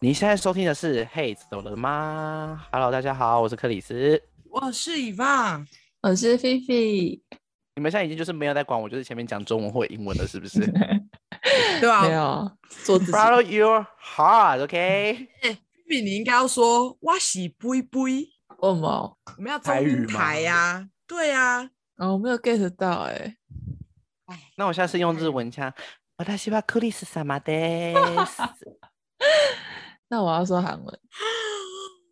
你现在收听的是《嘿，走了吗》？Hello，大家好，我是克里斯。我是以放，我呃是菲菲，你们现在已经就是没有在管我，就是前面讲中文或英文了，是不 是对吧、没啊？有 做自己。 ？Follow your heart，OK？、妹妹你应该要说哇喜杯杯，我吗？我们要中台语英吗台呀、对啊呀、哦哦，我没有 get 到哎、那我下次用日文腔。我大希望克里斯萨马德。 那我要说韩文。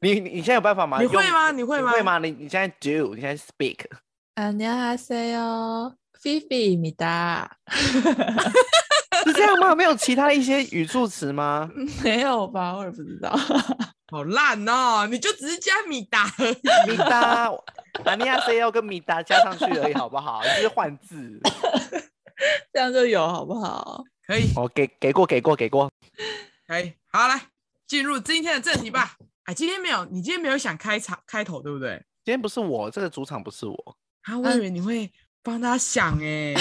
你你现在有办法吗？你会用吗你会吗会吗？你你现在 do，你现在 speak。 안녕하세요，菲菲米达。是这样吗？没有其他的一些语助词 吗？ 没有吧？我也不知道。好烂哦！你就只是加米达而已，米达，阿尼亚 C 要跟米达加上去而已，好不好？就是换字。这样就有好不好？可以我、哦给给过，给过，给过。可以，哎好来进入今天的正题吧。哎，今天没有，你今天没有想开场开头对不对？今天不是我，这个主场不是我。啊，我以嗯为你会帮他想 哎、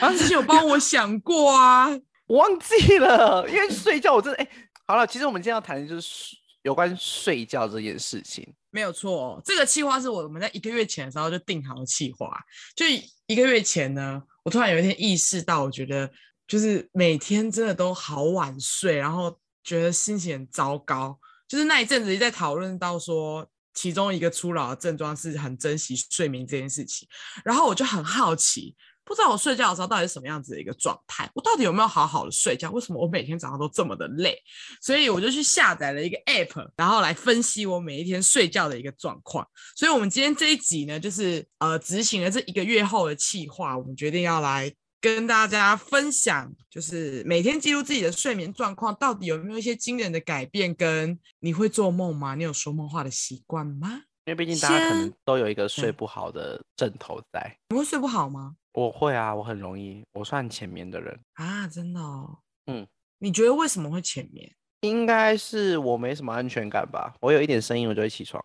然后之前有帮我想过啊，我忘记了，因为睡觉我真的哎、好了，其实我们今天要谈的就是睡有关睡觉这件事情。没有错、哦，这个计划是我们在一个月前的时候就定好的计划。就一个月前呢，我突然有一天意识到，我觉得就是每天真的都好晚睡，然后觉得心情很糟糕。就是那一阵子一直在讨论到说，其中一个初老的症状是很珍惜睡眠这件事情，然后我就很好奇。不知道我睡觉的时候到底是什么样子的一个状态，我到底有没有好好的睡觉？为什么我每天早上都这么的累？所以我就去下载了一个 app，然后来分析我每一天睡觉的一个状况。所以，我们今天这一集呢，就是呃，执行了这一个月后的计划，我们决定要来跟大家分享，就是每天记录自己的睡眠状况，到底有没有一些惊人的改变？跟你会做梦吗？你有说梦话的习惯吗？因为毕竟大家可能先都有一个睡对不好的症头在。你会睡不好吗？我会啊，我很容易，我算浅眠的人，啊，真的哦。嗯，你觉得为什么会浅眠？应该是我没什么安全感吧。我有一点声音我就会起床。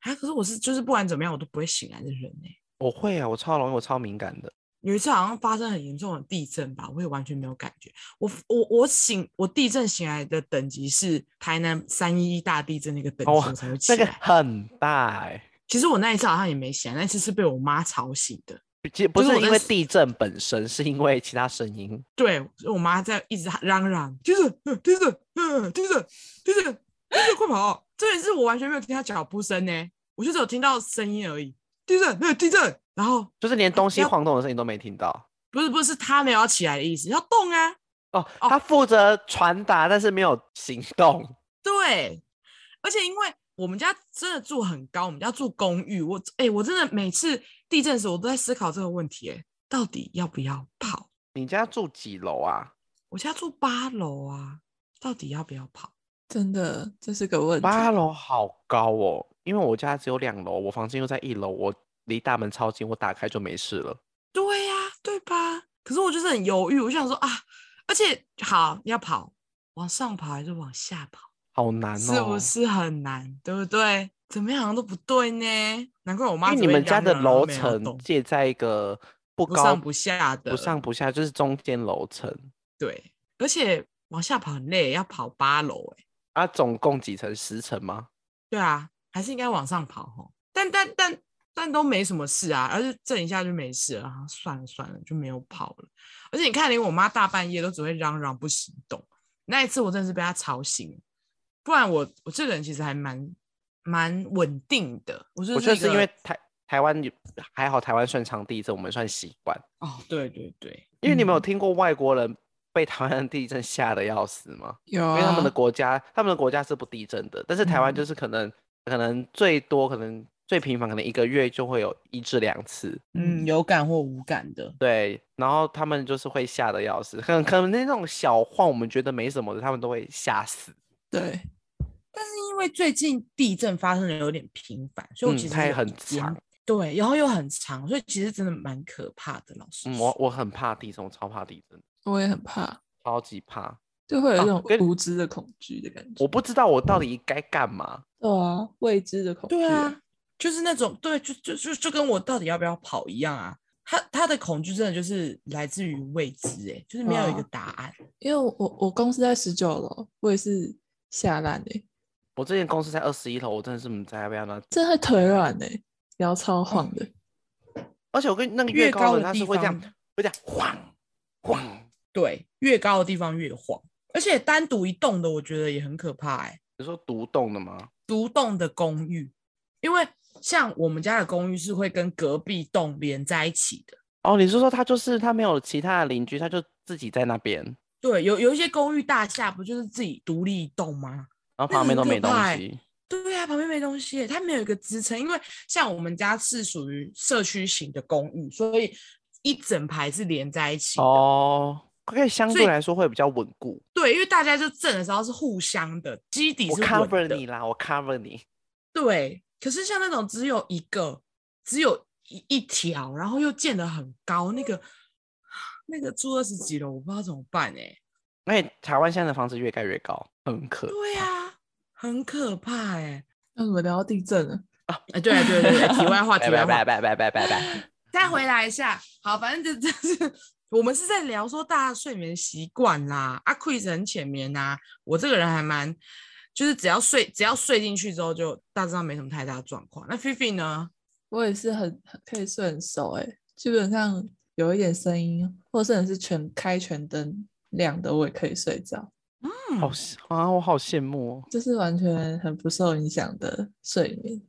啊，可是我是就是不管怎么样，我都不会醒来的人欸呢、我会啊，我超容易，我超敏感的。有一次好像发生很严重的地震吧，我也完全没有感觉。我我我醒，我地震醒来的等级是台南三一一大地震那个等级，哦我才会起那来。个很大哎、其实我那一次好像也没醒来，那次是被我妈吵醒的。其实不就是是我因在为思地震本身，是因为其他声音。对，我妈在一直嚷嚷地震，呃地震，呃地震，地震，地震，快跑！这也是我完全没有听到脚步声呢，我就只有听到声音而已。地震，呃地震，然后就是连东西要晃动的声音都没听到。不是不是，她没有要起来的意思，要动啊。哦，哦他负责传达，但是没有行动。对，而且因为我们家真的住很高，我们家住公寓，我哎、我真的每次地震时我都在思考这个问题、哎，到底要不要跑？你家住几楼啊？我家住八楼啊，到底要不要跑？真的，这是个问题。八楼好高哦，因为我家只有两楼，我房间又在一楼，我离大门超近，我打开就没事了。对呀、对吧？可是我就是很犹豫，我就想说啊，而且好要跑，往上跑还是往下跑？好难哦，是不？是很难？对不对？怎么样好像都不对呢？难怪我妈因为你只会们家嚷的嚷然后楼没有层动介在一个不不高上不下的，不上不下，就是中间楼层对，而且往下跑很累，要跑八楼哎、啊，总共几层？十层吗？对啊，还是应该往上跑吼。但但但但都没什么事啊，而且震一下就没事了啊，算了算了，就没有跑了。而且你看，连我妈大半夜都只会嚷嚷不行动，那一次我真的是被她吵醒了，不然我我这个人其实还蛮蛮稳定的，我就我觉得一是因个为台台湾有还好，台湾算长地震，我们算习惯。哦，对对对，因为你们有嗯听过外国人被台湾的地震吓得要死吗？有啊，因为他们的国家，他们的国家是不地震的，但是台湾就是可能、可能最多可能最频繁可能一个月就会有一至两次，嗯，有感或无感的，对，然后他们就是会吓得要死，可能可能那种小晃我们觉得没什么的，他们都会吓死。对，但是因为最近地震发生的有点频繁，所以我嗯其实它也有很一点长，对，然后又很长，所以其实真的蛮可怕的。老师，嗯，我我很怕地震，我超怕地震，我也很怕，超级怕。就会有一哦种跟无知的恐惧的感觉。我不知道我到底该干嘛。对啊，未知的恐惧。啊对啊，，就是那种对，就就就就跟我到底要不要跑一样啊。他他的恐惧真的就是来自于未知、欸，哎，就是没有一个哇答案。因为我我公司在十九楼，我也是下烂哎、我之前公司在二十一楼，我真的是不知道要不要呢。真的会腿软哎、腰超晃的。而且我跟那个越高高的的它地是会这样，方会这样晃晃。对，越高的地方越晃，而且单独一栋的，我觉得也很可怕、欸。你说独栋的吗？独栋的公寓，因为像我们家的公寓是会跟隔壁栋连在一起的。哦，你是说他就是他没有其他的邻居，他就自己在那边，然对，有有一些公寓大厦不就是自己独立一栋吗？后那旁边很都可没东怕欸西。对啊，旁边没东西耶，它没有一个支撑，因为像我们家是属于社区型的公寓，所以一整排是连在一起的。哦，可以相所对以来说会比较稳固。对，因为大家就震的时候是互相的，基底我是稳 cover 的。你啦，我 cover 你。对，可是像那种只有一个，只有一一条，然后又建得很高，那个那个住二十几楼，我不知道怎么办哎、那台湾现在的房子越盖越高，很可对啊，很可 怕哎、那我们聊到地震了，哎，对啊对对对，题外话，拜题拜外拜话，拜拜拜拜拜。再回来一下。好，反正 这这是我们是在聊说大家睡眠习惯啦，啊，quiz 很浅眠呐、我这个人还蛮，就是只要睡只要睡进去之后就大致上没什么太大的状况。那菲菲呢？我也是很很可以睡很熟哎、基本上有一点声音，或者甚至是全开全灯亮的，我也可以睡着，嗯好羡啊，我好羡慕哦，就是完全很不受影响的睡眠。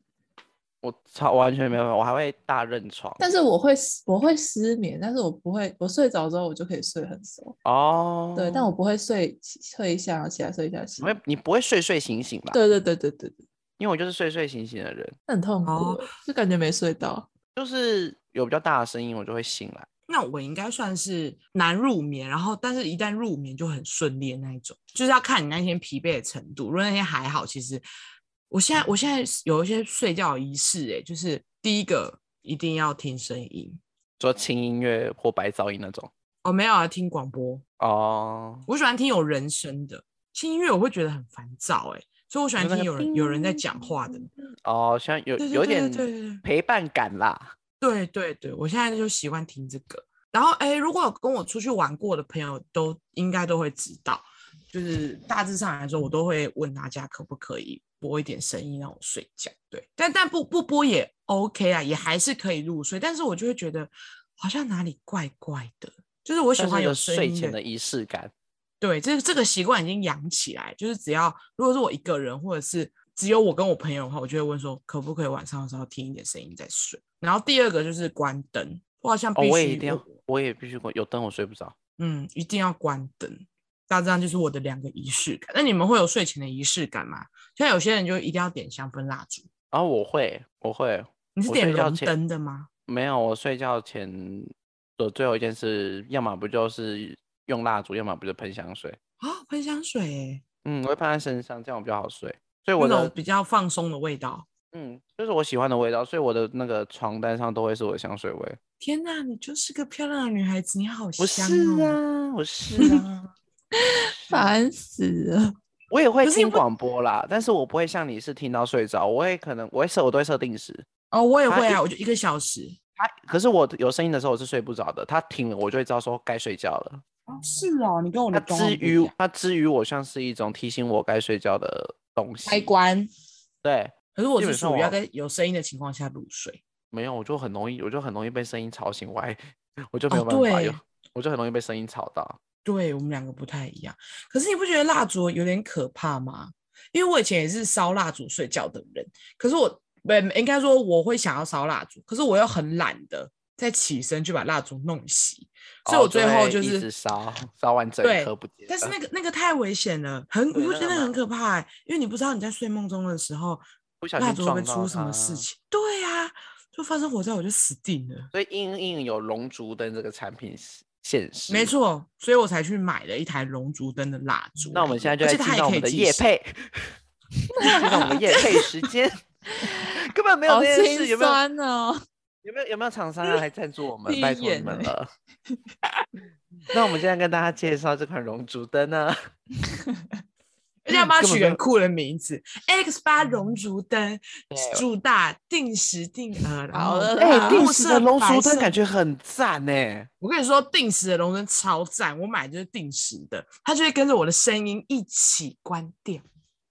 我超完全没有办法，我还会大认床。但是我会失我会失眠，但是我不会，我睡着之后我就可以睡很熟。哦，对，但我不会睡起睡一下，然后起来睡一下起没来。你不会睡睡醒醒吧？对对对对对对，因为我就是睡睡醒醒的人，很痛苦哦欸，就感觉没睡嗯到。就是有比较大的声音我就会醒来。那我应该算是难入眠，然后但是一旦入眠就很顺利的那一种，就是要看你那天疲惫的程度。如果那天还好，其实我现在我现在是有一些睡觉仪式、欸，就是第一个一定要听声音，说轻音乐或白噪音那种。哦没有啊，听广播，哦，我喜欢听有人声的，轻音乐我会觉得很烦躁、欸，所以我喜欢就那个听有人有人在讲话的，哦，像有对对有一对点对对对陪伴感啦。对对对，我现在就习惯听这个。然后，哎，如果有跟我出去玩过的朋友都应该都会知道，就是大致上来说，我都会问大家可不可以播一点声音让我睡觉。对，但但不不播也 OK 啊，也还是可以入睡。但是我就会觉得好像哪里怪怪的，就是我喜算是欢一个有声睡音前的仪式感。对，这这个习惯已经养起来，就是只要如果是我一个人，或者是只有我跟我朋友的话，我就会问说，可不可以晚上的时候听一点声音再睡。然后第二个就是关灯，我好像哦，必须、我也一定要，我也必须关有灯，我睡不着。嗯，一定要关灯。大致上就是我的两个仪式感。那你们会有睡前的仪式感吗？像有些人就一定要点香氛蜡烛，然后我会，我会，你是我点睡觉龙前灯的吗？没有，我睡觉前的最后一件事，要么不就是用蜡烛，要么不就喷香水。啊、喷香水、欸，嗯，我会喷在身上，这样我比较好睡。所以那我种的比较放松的味道。嗯，就是我喜欢的味道，所以我的那个床单上都会是我的香水味。天哪，你就是个漂亮的女孩子，你好我香是哦！啊，我 是啊，是烦死了！我也会可是你听不广播啦，但是我不会像你是听到睡着，我会可能我会设我都会设定时，哦，我也啊会一啊，我就一个小时。它可是我有声音的时候我是睡不着的，它停了我就会知道说该睡觉了。哦，是哦，你跟我它的状之况不一于样它之于我像是一种提醒我该睡觉的东西。开关，对，可是我基是本上属于要我在有声音的情况下入睡。没有我就很容易我就很容易被声音吵醒，我还我就没哦有办法有，对我就很容易被声音吵到。对我们两个不太一样，可是你不觉得蜡烛有点可怕吗？因为我以前也是烧蜡烛睡觉的人，可是我不应该说我会想要烧蜡烛，可是我又很懒的再起身去把蜡烛弄熄，所以哦我最后会就一是直烧烧完整对颗不见了。但是那个那个太危险了，很呃对我那觉得个很蛮可怕、欸，因为你不知道你在睡梦中的时候，不小蜡心烛会不撞到会出什么它事情。对呀、就发生火灾我就死定了。所以因应有龙竹灯这个产品是现实，没。错，所以我才去买了一台龙竹灯的蜡烛来用。那我们现在就而来且它进还到我可以们的计夜时， 配， 进到我们的夜配时间， 根本没有好这件事，心有没有？酸哦。有没有有没有厂商要 来赞助我们？第拜一托你眼们欸了。嗯那我们现在跟大家介绍这款龙竹灯呢，哎、而且要根帮他本取没个有酷的名字，X 八熔烛灯对，哦主打定时定额，然好后了，呃哎，定木时色的龙白熟灯色感觉很赞哎呢。我跟你说，定时的龙灯超赞，我买就是定时的，它就会跟着我的声音一起关掉。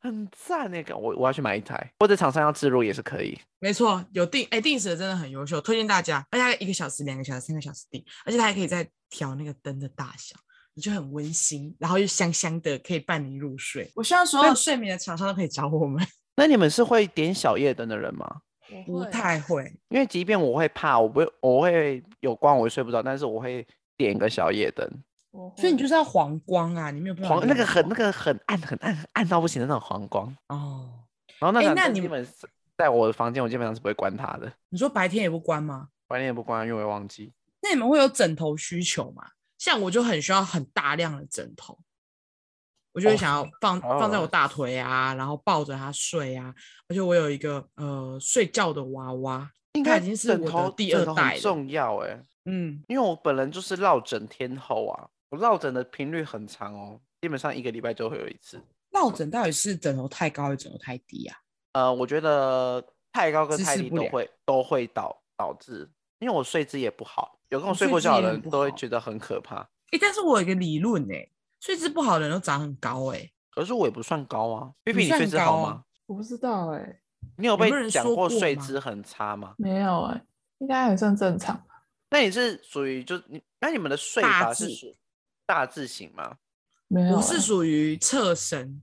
很赞那个，我我要去买一台，或者厂商要置入也是可以。没错，有定哎、定时的真的很优秀，推荐大家，大概一个小时、两个小时、三个小时定，而且它还可以再调那个灯的大小，你就很温馨，然后又香香的，可以伴你入睡。我希望所有睡眠的厂商都可以找我们。那你们是会点小夜灯的人吗？ 不太会，因为即便我会怕，我不会我会有光，我会睡不着，但是我会点一个小夜灯，我会，所以你就是要黄光啊，你没有办法黄那个很那个个很暗很暗很暗到不行的那种黄光。哦。然后那哎盏那灯你基们本是在我的房间，我基本上是不会关它的，你说白天也不关吗？关也不关，因为我会忘记。那你们会有枕头需求吗？像我就很需要很大量的枕头，我就会哦想要放、放在我哦大腿啊，然后抱着它睡啊。而且我有一个呃睡觉的娃娃，应它该已经是枕我的头第枕二头代很了重要哎、嗯，因为我本人就是落枕天后啊，我落枕的频率很长哦，基本上一个礼拜就会有一次。落枕到底是枕头太高还是枕头太低啊？呃，我觉得太高跟姿太势低不都良会都会导导致，因为我睡姿也不好，有跟我你睡哦睡过姿觉也的很人不都会好觉得很可怕。诶，但是我有一个理论诶，睡姿不好的人都长很高诶。可是我也不算高啊，b 你 b 你算睡姿高好啊吗？我不知道哎、你有没被有人讲说过睡吗姿很差吗？没有哎、应该还算正常。那你是属于就是你那你们的睡大法是字属大字型吗？没有、我欸，啊是属于侧身，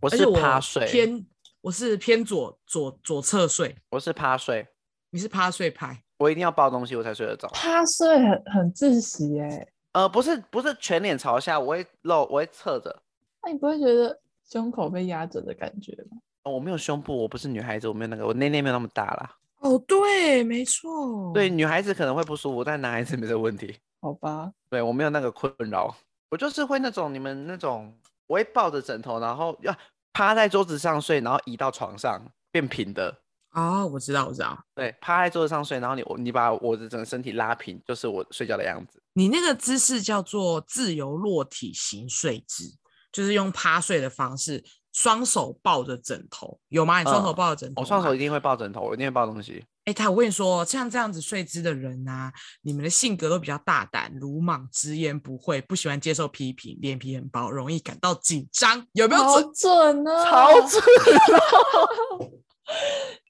我而是且啊我趴睡，偏我是偏左左左侧睡，我是趴睡，你是趴睡派。我一定要抱东西我才睡得着。趴睡很很窒息哎、呃，不是不是全脸朝下，我会露，我会侧着。那你不会觉得胸口被压着的感觉吗？哦我没有胸部，我不是女孩子，我没有那个，我内内没有那么大啦。哦，对，没错，对，女孩子可能会不舒服，但男孩子没这个问题。好吧，对我没有那个困扰，我就是会那种你们那种，我会抱着枕头，然后要趴在桌子上睡，然后移到床上变平的。哦，我知道，我知道，对，趴在桌子上睡，然后你我你把我的整个身体拉平，就是我睡觉的样子。你那个姿势叫做自由落体型睡姿，就是用趴睡的方式，双手抱着枕头，有吗？你双手嗯抱着枕头、我双手一。定会抱枕头，我一定会抱东西。哎，他，我跟你说，像这样子睡姿的人啊，你们的性格都比较大胆、鲁莽、直言不讳，不喜欢接受批评，脸皮很薄，容易感到紧张，有没有好准？准啊呢、超准，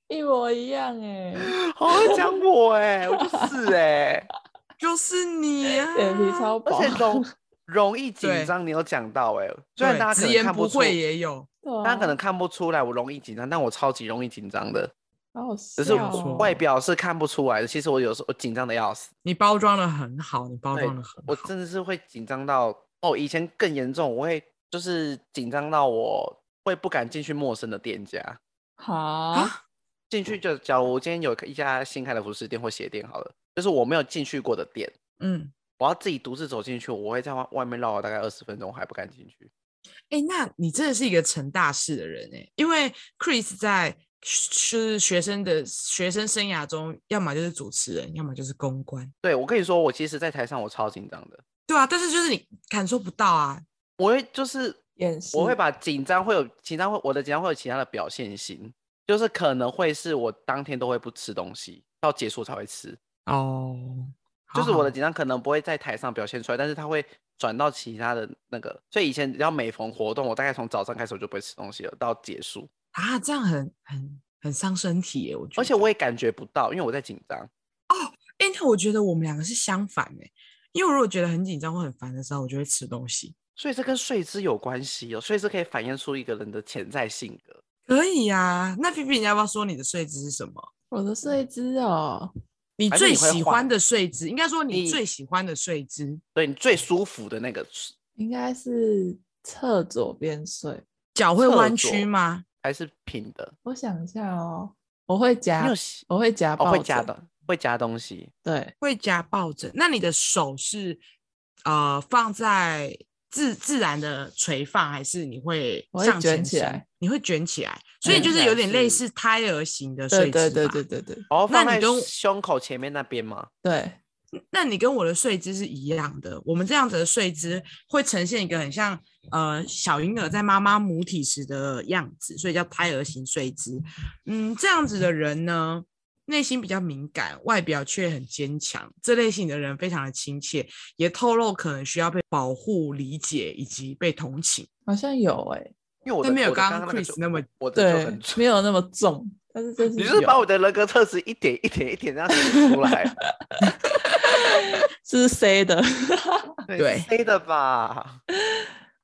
一模一样 哎、好会讲我哎、我就是哎、就是你啊，脸皮超薄而，且容容 易紧对张，你有讲到哎、虽然对，大家可直能言看不出，讳也有，对大家可啊哦能看不出来我容易紧张，但我超级容易紧张的，好好只笑、是没哦错，外表是看不出来的。其实我有时候我紧张的要死，你包装的很好，你包对装的很好，我真的是会紧张到哦，以前更严重，我会就是紧张到我会不敢进去陌生的店家，好啊进去就假如我今天有一家新开的服饰店或鞋店好了，就是我没有进去过的店。嗯。我要自己独自走进去，我会在外外面绕了大概二十分钟，我还不敢进去。哎、那你真的是一个成大事的人哎、因为 Chris 在是学生的学生生涯中，要么就是主持人，要么就是公关，对我跟你说，我其实，在台上我超紧张的，对啊，但是就是你感受不到啊，我会就是演示，我会把紧张会有紧张会我的紧张会有其他的表现型，就是可能会是我当天都会不吃东西，到结束才会吃。哦，就是我的好紧张可能不会在台上表现出来，但是它会转到其他的那个。所以以前只要每逢活动，我大概从早上开始我就不会吃东西了，到结束，好啊，这样很很很伤身体耶、我觉得，而且我也感觉不到，因为我在紧张。哎、那我觉得我们两个是相反哎、因为我如果觉得很紧张或很烦的时候，我就会吃东西，所以这跟睡姿有关系哦，睡姿可以反映出一个人的潜在性格。可以呀、啊。那皮皮，你要不要说你的睡姿是什么？我的睡姿哦，你还是最你会喜换欢的睡姿，应该说你你最喜欢的睡姿，对你最舒服的那个是应该是侧左边睡。脚会侧弯坐曲吗？还是平的？我想一下哦，我会夹你有，喜我会夹哦抱会枕，夹的，会夹东西。对，会夹抱枕，那你的手是呃放在自自然的垂放，还是你会我会上卷前起行来？你会卷起来，所以卷就起是来有点类是似胎儿型的对睡姿对对吧对对对哦，那放你在跟胸口前面那边吗？对，那你跟我的睡姿是一样的，我们这样子的睡姿会呈现一个很像呃小婴儿在妈妈母体时的样子，所以叫胎儿型睡姿。嗯，这样子的人呢，内心比较敏感，外表却很坚强，这类型的人非常的亲切，也透露可能需要被保护、理解以及被同情。好像有哎、因为我的但没有我的刚刚刚那个 Chris 就那么我的就对很，没有那么重，但是就是你就是有把我的人格特质一点一点一点这样写出 来，啊这是 C 的， 对黑的吧？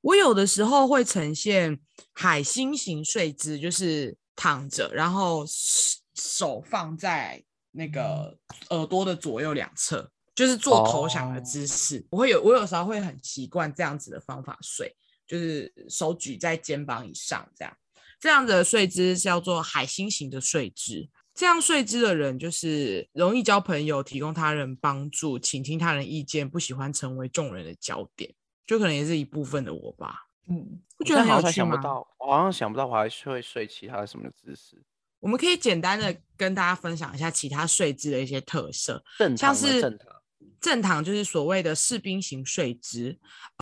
我有的时候会呈现海星型睡姿，就是躺着，然后手手放在那个耳朵的左右两侧，就是做投降的哦姿势。我会有，我有时候会很习惯这样子的方法睡，就是手举在肩膀以上这样。这样子的睡姿是叫做海星型的睡姿。这样睡姿的人就是容易交朋友，提供他人帮助，倾听他人意见，不喜欢成为众人的焦点。就可能也是一部分的我吧。嗯，不我现觉在得很好有像趣想不吗？到，我好像想不到我还是会睡其他的什么姿势。我们可以简单的跟大家分享一下其他睡姿的一些特色，正像常的是正常，嗯正躺就是所谓的士兵型睡姿。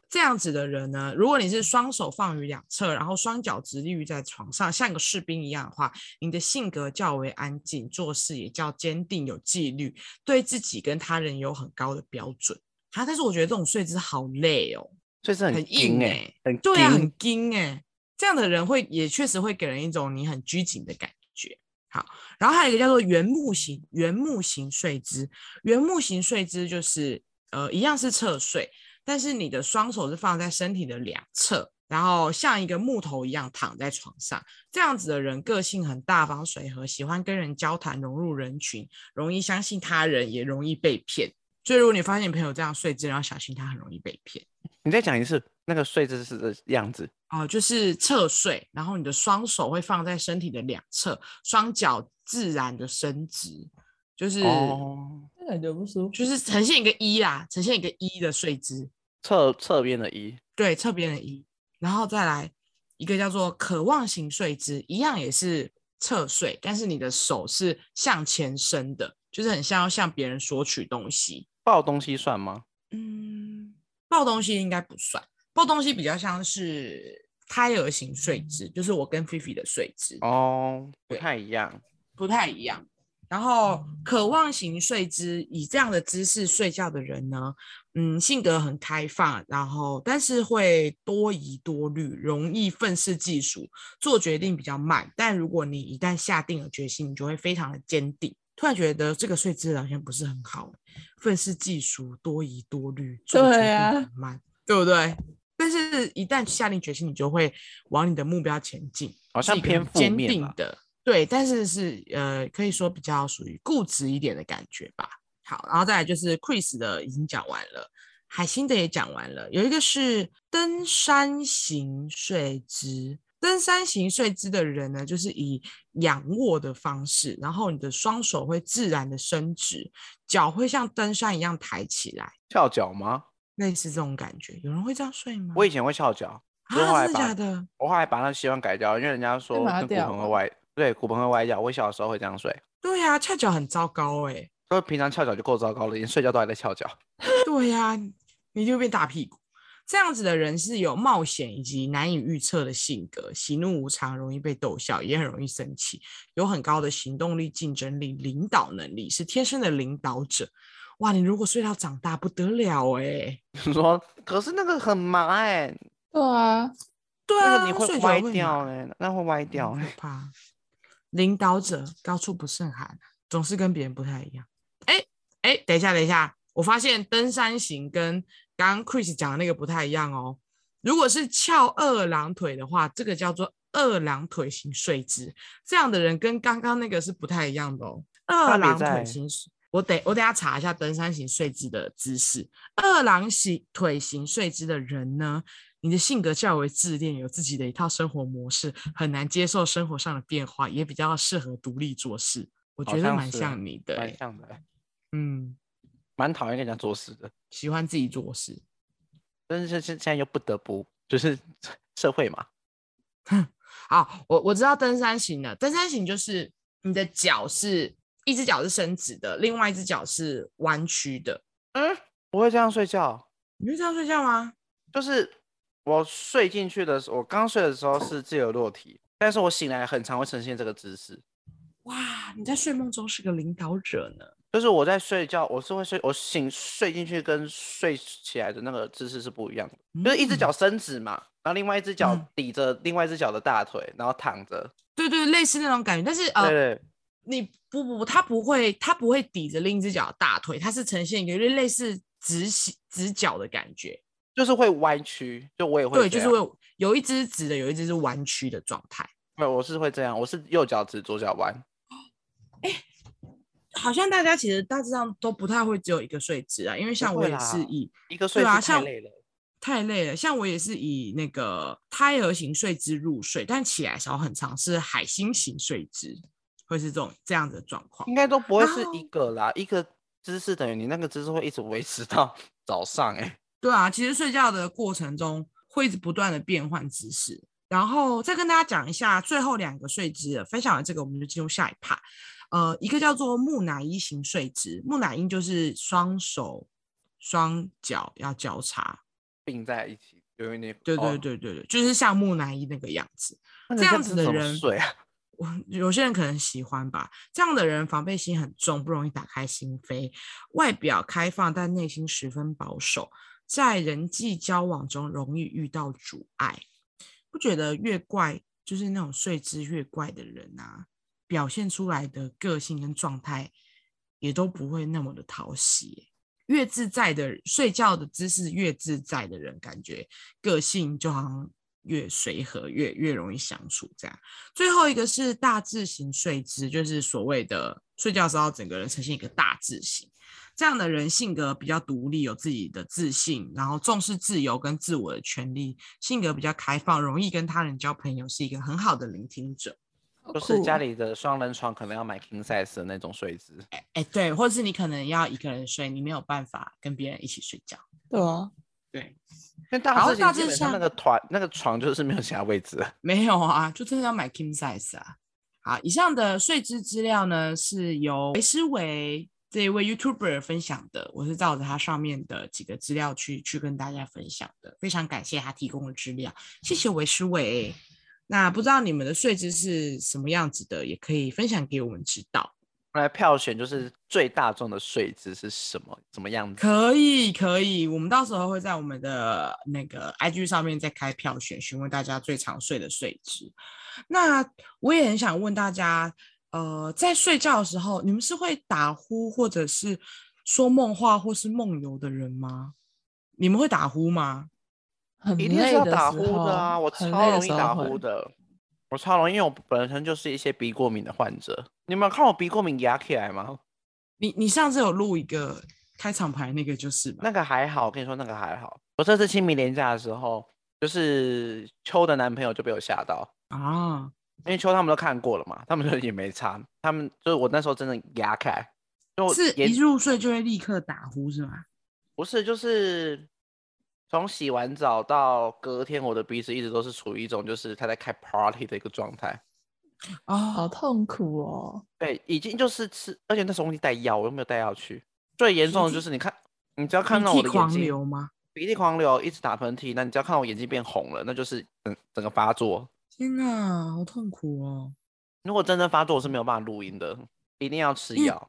这样子的人呢，如果你是双手放于两侧，然后双脚直立于在床上，像个士兵一样的话，你的性格较为安静，做事也较坚定有纪律，对自己跟他人有很高的标准。啊，但是我觉得这种睡姿好累哦。所以是很硬硬哎、欸很对啊，硬很硬哎、这样的人会也确实会给人一种你很拘谨的感觉。好，然后还有一个叫做原木型原木型睡姿，原木型睡姿就是呃一样是侧睡，但是你的双手是放在身体的两侧，然后像一个木头一样躺在床上。这样子的人个性很大方随和，喜欢跟人交谈，融入人群，容易相信他人，也容易被骗。所以如果你发现你朋友这样睡姿，然后小心他很容易被骗。你再讲一次那个睡姿势的样子，哦、就是侧睡，然后你的双手会放在身体的两侧，双脚自然的伸直，就是、哦，那感觉不舒服。就是呈现一个一啦，呈现一个一的睡姿，侧侧边的一，对，侧边的一，然后再来一个叫做渴望型睡姿，一样也是侧睡，但是你的手是向前伸的，就是很像要向别人索取东西。抱东西算吗？嗯，抱东西应该不算，抱东西比较像是胎儿型睡姿，就是我跟菲菲的睡姿。哦，不对太一样。不太一样。然嗯后，渴望型睡姿以这样的姿势睡觉的人呢，嗯，性格很开放，然后但是会多疑多虑，容易愤世嫉俗，做决定比较慢。但如果你一旦下定了决心，你就会非常的坚定。突然觉得这个睡姿好像不是很好，愤世嫉俗、多疑多虑，做决对啊定很慢，对不对？但是，一旦下定决心，你就会往你的目标前进。好是像一个偏很负坚面啊定吧的，对，但是是呃，可以说比较属于固执一点的感觉吧。好，然后再来就是 Chris 的已经讲完了，海星的也讲完了，有一个是登山型睡姿。登山型睡姿的人呢，就是以仰卧的方式，然后你的双手会自然的伸直，脚会像登山一样抬起来，翘脚吗？类似这种感觉。有人会这样睡吗？我以前会翘脚，啊，后来真的把假的？我后来把那个习惯改掉，因为人家说把它跟骨掉盆吗会歪，对，骨盆会歪掉。我小时候会这样睡，对呀、翘脚很糟糕哎、所以平常翘脚就够糟糕了，连睡觉都还在翘脚。 对呀、你就变大屁股。这样子的人是有冒险以及难以预测的性格，喜怒无常，容易被逗笑，也很容易生气，有很高的行动力、竞争力、领导能力，是天生的领导者。哇，你如果睡到长大不得了哎、你说，可是那个很麻哎、对啊，对那个啊，你睡会着歪会掉麻嗯哎、那会歪掉很哎、可怕。领导者高处不胜寒，总是跟别人不太一样。哎哎，等一下等一下，我发现登山型跟刚刚 Chris 讲的那个不太一样哦。如果是翘二郎腿的话，这个叫做二郎腿型睡姿，这样的人跟刚刚那个是不太一样的哦。二差别郎在腿型是，我得我等一下查一下登山型睡姿的姿势。二郎型腿型睡姿的人呢，你的性格较为自恋，有自己的一套生活模式，很难接受生活上的变化，也比较适合独立做事。我好觉得像蛮是啊像你的、蛮欸，像的欸，嗯，蛮讨厌跟人家做事的。喜欢自己做事。但是现现在又不得不，就是 社会嘛，好，我我知道登山型了。登山型就是你的脚是一只脚是伸直的，另外一只脚是弯曲的，嗯，我会这样睡觉，你会这样睡觉吗？就是我睡进去的时候，我刚睡的时候是自由落体，但是我醒来很常会呈现这个姿势，哇，你在睡梦中是个领导者呢。就是我在睡觉，我是会睡，我醒睡进去跟睡起来的那个姿势是不一样的，就是一只嗯脚伸直嘛，然后另外一只脚嗯抵着另外一只脚的大腿，然后躺着，对对，类似那种感觉，但是对呃，对你不不不，他不会，他不会抵着另一只脚的大腿，它是呈现一个有点类似直膝直脚的感觉，就是会歪曲，就我也会对，这就是样会有有一只直的，有一只是弯曲的状态，没有，我是会这样，我是右脚直，左脚弯。好像大家其实大致上都不太会只有一个睡姿啊，因为像会我也啦是以一个睡对姿啊，太像累了，太累了，像我也是以那个胎儿型睡姿入睡，但起来的时候很常是海星型睡姿，会是这种这样子的状况应。该都不会然是一后个啦，一个姿势等于你那个姿势会一直维持到 早上、欸，哎，对啊，其实睡觉的过程中会一直不断的变换姿势，然后再跟大家讲一下最后两个睡姿了。分享完这个，我们就进入下一趴。呃，一个叫做木乃伊型睡姿，木乃伊就是双手双脚要交叉，并在一起，有一点对对哦对对对，就是像木乃伊那个样子。那这你样子是的怎么人睡啊， 我有些人可能喜欢吧，这样的人防备心很重，不容易打开心扉，外表开放但内心十分保守，在人际交往中容易遇到阻碍。不觉得越怪，就是那种睡姿越怪的人啊，表现出来的个性跟状态也都不会那么的讨喜耶。越自在的睡觉的姿势越自在的人，感觉个性就好像越随和，越越容易相处这样。最后一个是大字型睡姿，就是所谓的睡觉时候整个人呈现一个大字型。这样的人性格比较独立，有自己的自信，然后重视自由跟自我的权利，性格比较开放，容易跟他人交朋友，是一个很好的聆听者。好就是酷家哦里的双人床可能要买 king size 的那种睡姿，哎哎，对，或者是你可能要一个人睡，你没有办法跟别人一起睡觉。对啊，对，因为大好致大基致本上那上个团那个床就是没有其他位置了， 没有啊，就真的要买 king size 啊。好，以上的睡姿资料呢，是由维思维这一位 YouTuber 分享的，我是照着他上面的几个资料去去跟大家分享的，非常感谢他提供的资料，谢谢维思维。那不知道你们的睡姿是什么样子的，也可以分享给我们知道。我们来票选就是最大众的睡姿是什么怎么样子？可以，可以，我们到时候会在我们的那个 IG 上面再开票选，询问大家最常睡的睡姿。那我也很想问大家，呃，在睡觉的时候，你们是会打呼或者是说梦话或是梦游的人吗？你们会打呼吗？很一定是要累的打时呼的啊，候我很超累的容易时候打会呼的，我超容易，因为我本身就是一些鼻过敏的患者。你们有看我鼻过敏压起来吗？你你上次有录一个开场牌那个就是吧？那个还好，我跟你说那个还好。我这次清明连假的时候，就是秋的男朋友就被我吓到，啊，因为秋他们都看过了嘛，他们就也没差，他们就是我那时候真的压开，就是也一入睡就会立刻打呼是吗？不是就是从洗完澡到隔天，我的鼻子一直都是处于一种就是他在开 party 的一个状态。哦好痛苦哦。对，已经就是吃，而且那时候忘记带药，我又没有带药去。最严鼻重的就涕是你看，你只要看鼻到我涕的眼狂睛，流吗？鼻涕狂流，一直打喷嚏，那你只要看到我眼睛变红了，那就是整整个发作。天哪，好痛苦哦！如果真的发作，我是没有办法录音的，一定要吃因为药。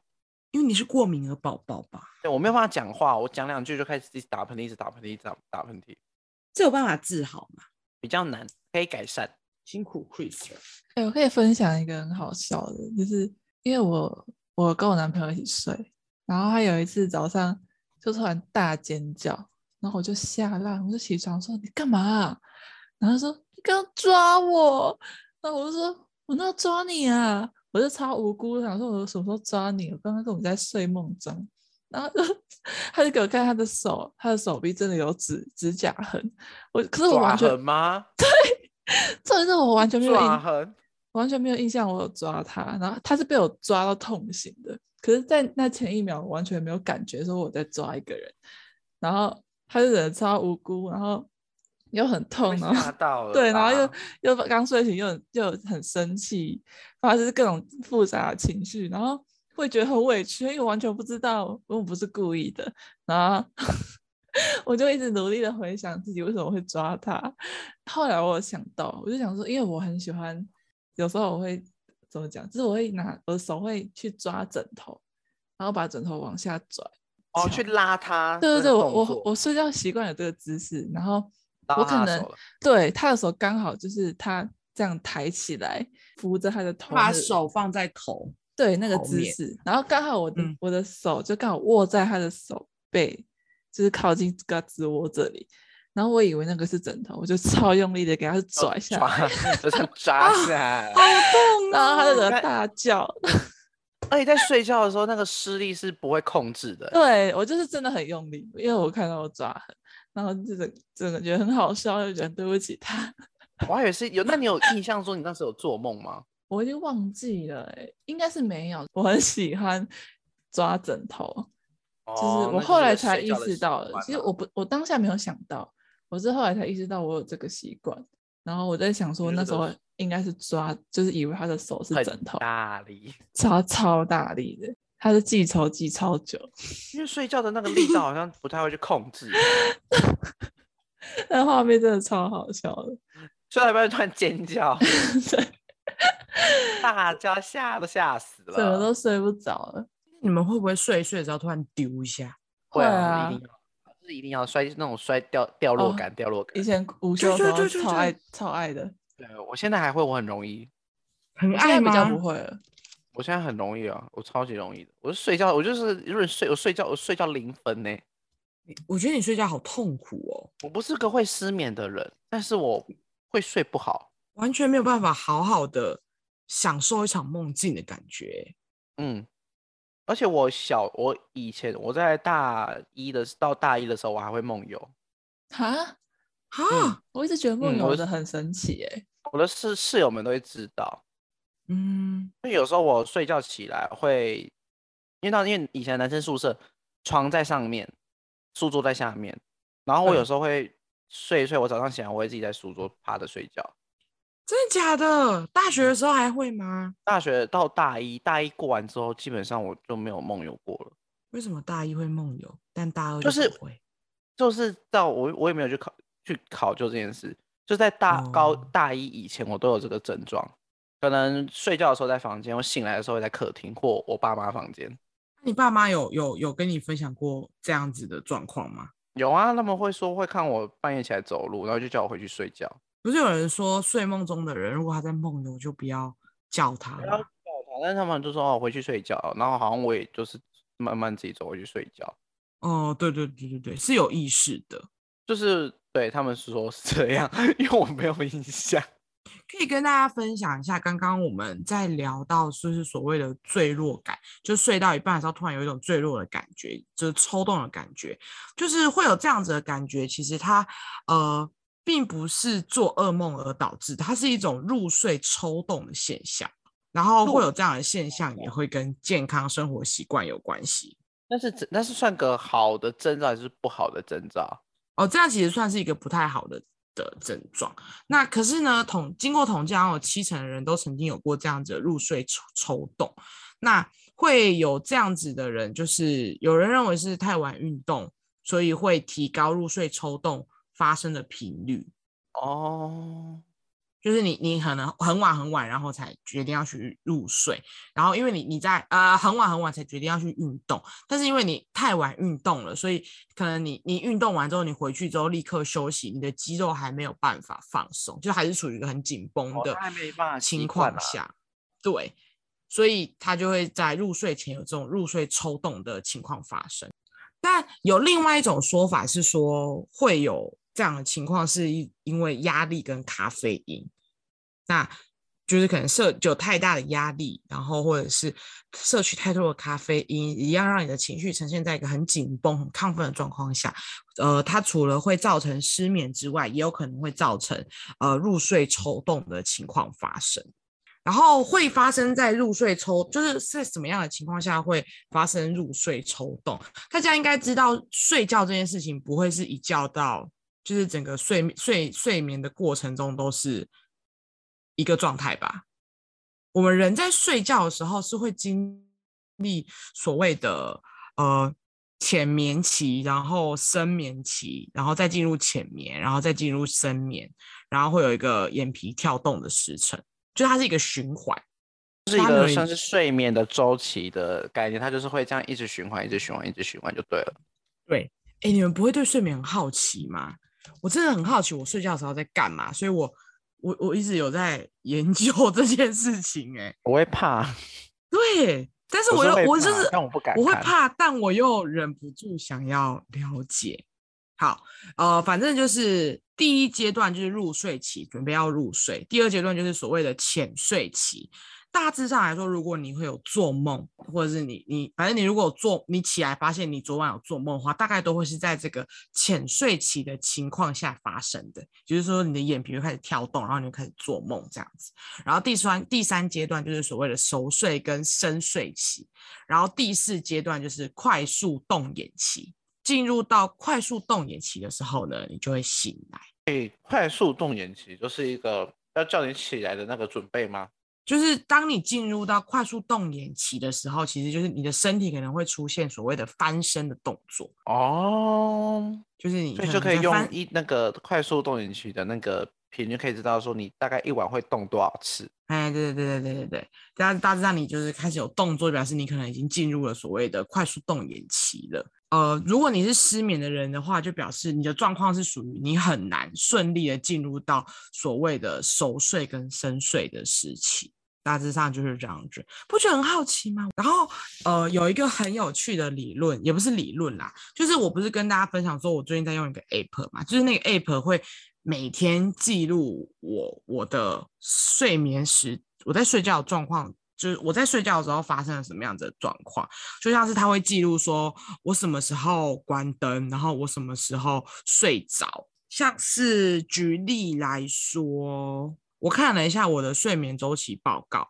因为你是过敏儿宝宝吧？对我没有办法讲话，我讲两句就开始一直打喷嚏，一直打喷嚏，一直打打喷嚏，这有办法治好吗？比较难，可以改善。辛苦 Chris 了。哎、我可以分享一个很好笑的，就是因为我我跟我男朋友一起睡，然后他有一次早上就突然大尖叫，然后我就吓烂，我就起床说你干嘛啊、然后他说你刚刚抓我，然后我就说我那抓你啊，我就超无辜，想说我什么时候抓你？我刚刚根本在睡梦中。然后就 他就给我看他的手，他的手臂真的有指指甲痕，我可是我抓完全痕吗？重点是我完全没有抓印痕，完全没有印象我有抓他，然后他是被我抓到痛醒的，可是，在那前一秒我完全没有感觉说我在抓一个人，然后他就人超无辜，然后又很痛，被然后吓到了吧。对，然后又又刚睡醒又很又很生气，然后就是各种复杂的情绪，然后会觉得很委屈，因为我完全不知道，我不是故意的。然后 我就一直努力的回想自己为什么会抓他。后来我有想到，我就想说，因为我很喜欢，有时候我会怎么讲，就是我会拿我的手会去抓枕头，然后把枕头往下拽。哦，去拉他。对对对，我我我我睡觉习惯有这个姿势，然后拉我可他的能手了对他的手刚好就是他这样抬起来，扶着他的头，把那个手放在头，对那个后姿面势，然后刚好我的、嗯我的手就刚好握在他的手背，就是靠近胳肢窝这里，然后我以为那个是枕头，我就 超用力的给他拽下抓，来，啊就像扎下来。然后他就惹那大叫。而且在睡觉的时候，那个施力是不会控制的。对我就是真的很用力，因为我看到我抓痕，然后就是真的觉得很好笑，就觉得对不起他。 我还以为是有，那你有印象说你那时候有做梦吗？我已经忘记了、欸，应该是没有。我很喜欢抓枕头， 哦就就是我后来才意识到了。其实我不，我当下没有想到，我是后来才意识到我有这个习惯。然后我在想说，你那这时个候应该是抓，就是以为他的手是很枕头，大力，超超大力的，他是记仇记超久。 因为睡觉的那个力道好像不太会去控制，那画面真的超好笑的， 睡到一半突然尖叫对，大叫，吓都吓死了。怎么都睡不着了。你们会不会睡一睡的时候突然丢一下？会啊一定要，就是一定要摔那种摔掉掉落哦感，掉落感以。前午休的时对候对对超对爱超爱的，对，我现在还会，我很容易，很我现爱在比吗？较不会了。我现在很容易啊，我超级容易的。我是睡觉，我就是如果睡，我睡觉，我睡觉零分呢、我觉得你睡觉好痛苦哦，我不是个会失眠的人，但是我会睡不好。完全没有办法好好的享受一场梦境的感觉。嗯，而且我小，我以前我在大一的时到大一的时候，我还会梦游。哈，哈，我一直觉得嗯梦我游是的很神奇欸耶、我的室室友们都会知道，嗯，因为有时候我睡觉起来会，因为那因为以前男生宿舍床在上面，书桌在下面，然后我有嗯时候会睡一睡，我早上起来我会自己在书桌趴着睡觉。真的假的？大学的时候还会吗？大学到大一，大一过完之后，基本上我就没有梦游过了。为什么大一会梦游，但大二就是不会？就是到我我也没有去考去考究这件事，就在大高、哦大一以前，我都有这个症状。可能睡觉的时候在房间，我醒来的时候会在客厅或我爸妈房间。你爸妈有有有跟你分享过这样子的状况吗？有啊，他们会说会看我半夜起来走路，然后就叫我回去睡觉。不是有人说睡梦中的人，如果他在梦游，就不要叫他然后吗？但是他们就说哦回去睡觉，然后好像我也就是慢慢自己走回去睡觉。哦，对对对对对，是有意识的。就是对他们说是这样， 因为我没有印象。可以跟大家分享一下，刚刚我们在聊到就是所谓的坠落感，就睡到一半的时候突然有一种坠落的感觉，就是抽动的感觉，就是会有这样子的感觉。其实它呃，并不是做噩梦而导致的，它是一种入睡抽动的现象。然后会有这样的现象，也会跟健康生活习惯有关系。但是这那是算个好的征兆还是不好的征兆？哦，这样其实算是一个不太好的的症状。那可是呢，统经过统计，好像有七成的人都曾经有过这样子的入睡抽抽动。那会有这样子的人，就是有人认为是太晚运动，所以会提高入睡抽动发生的频率。哦，就是你，你可能很晚很晚，然后才决定要去入睡，然后因为你你在呃很晚很晚才决定要去运动，但是因为你太晚运动了，所以可能你你运动完之后，你回去之后立刻休息，你的肌肉还没有办法放松，就还是处于一个很紧绷哦的他还没办法习情惯啊况啦下，对，所以他就会在入睡前有这种入睡抽动的情况发生。但有另外一种说法是说，会有这样的情况，是因因为压力跟咖啡因，那就是可能摄有太大的压力，然后或者是摄取太多的咖啡因，一样让你的情绪呈现在一个很紧绷、很亢奋的状况下。呃，它除了会造成失眠之外，也有可能会造成呃入睡抽动的情况发生。然后会发生在入睡抽，就是是什么样的情况下会发生入睡抽动？大家应该知道，睡觉这件事情不会是一觉到，就是整个睡眠睡睡眠的过程中都是一个状态吧。我们人在睡觉的时候是会经历所谓的呃浅眠期，然后深眠期，然后再进入浅眠，然后再进入深眠，然后会有一个眼皮跳动的时辰，就它是一个循环。就是一它没有个一像是睡眠的周期的概念，它就是会这样一直循环，一直循环，一直循环就对了。哎、你们不会对睡眠很好奇吗？我真的很好奇，我睡觉的时候在干嘛，所以我我我一直有在研究 这件事情、欸。哎，我会怕，对，但是我我是又会我怕就是但我不敢我会看怕，但我又忍不住想要了解。好，呃，反正就是第一阶段就是入睡期，准备要入睡；第二阶段就是所谓的浅睡期。大致上来说，如果你会有做梦，或者是你你反正你如果有做你起来发现你昨晚有做梦的话，大概都会是在这个浅睡期的情况下发生的，就是说你的眼皮会开始跳动，然后你就开始做梦这样子。然后第三第三阶段就是所谓的熟睡跟深睡期，然后第四阶段就是快速动眼期。进入到快速动眼期的时候呢，你就会醒来。快速动眼期就是一个要叫你起来的那个准备吗？就是当你进入到快速动眼期的时候，其实就是你的身体可能会出现所谓的翻身的动作，哦，就是你所以可就能可以在用翻一那个快速动眼期的那个频率，可以知道说你大概一晚会动多少次。哎，对对对对对对，大大致上你就是开始有动作，表示你可能已经进入了所谓的快速动眼期了。呃，如果你是失眠的人的话，就表示你的状况是属于你很难顺利的进入到所谓的熟睡跟深睡的时期。大致上就是这样子，不觉得很好奇吗？然后，呃，有一个很有趣的理论，也不是理论啦，就是我不是跟大家分享说我最近在用一个 app 嘛，就是那个 app 会每天记录我我的睡眠时，我在睡觉的状况，就是我在睡觉的时候发生了什么样子的状况，就像是它会记录说我什么时候关灯，然后我什么时候睡着。像是举例来说，我看了一下我的睡眠周期报告，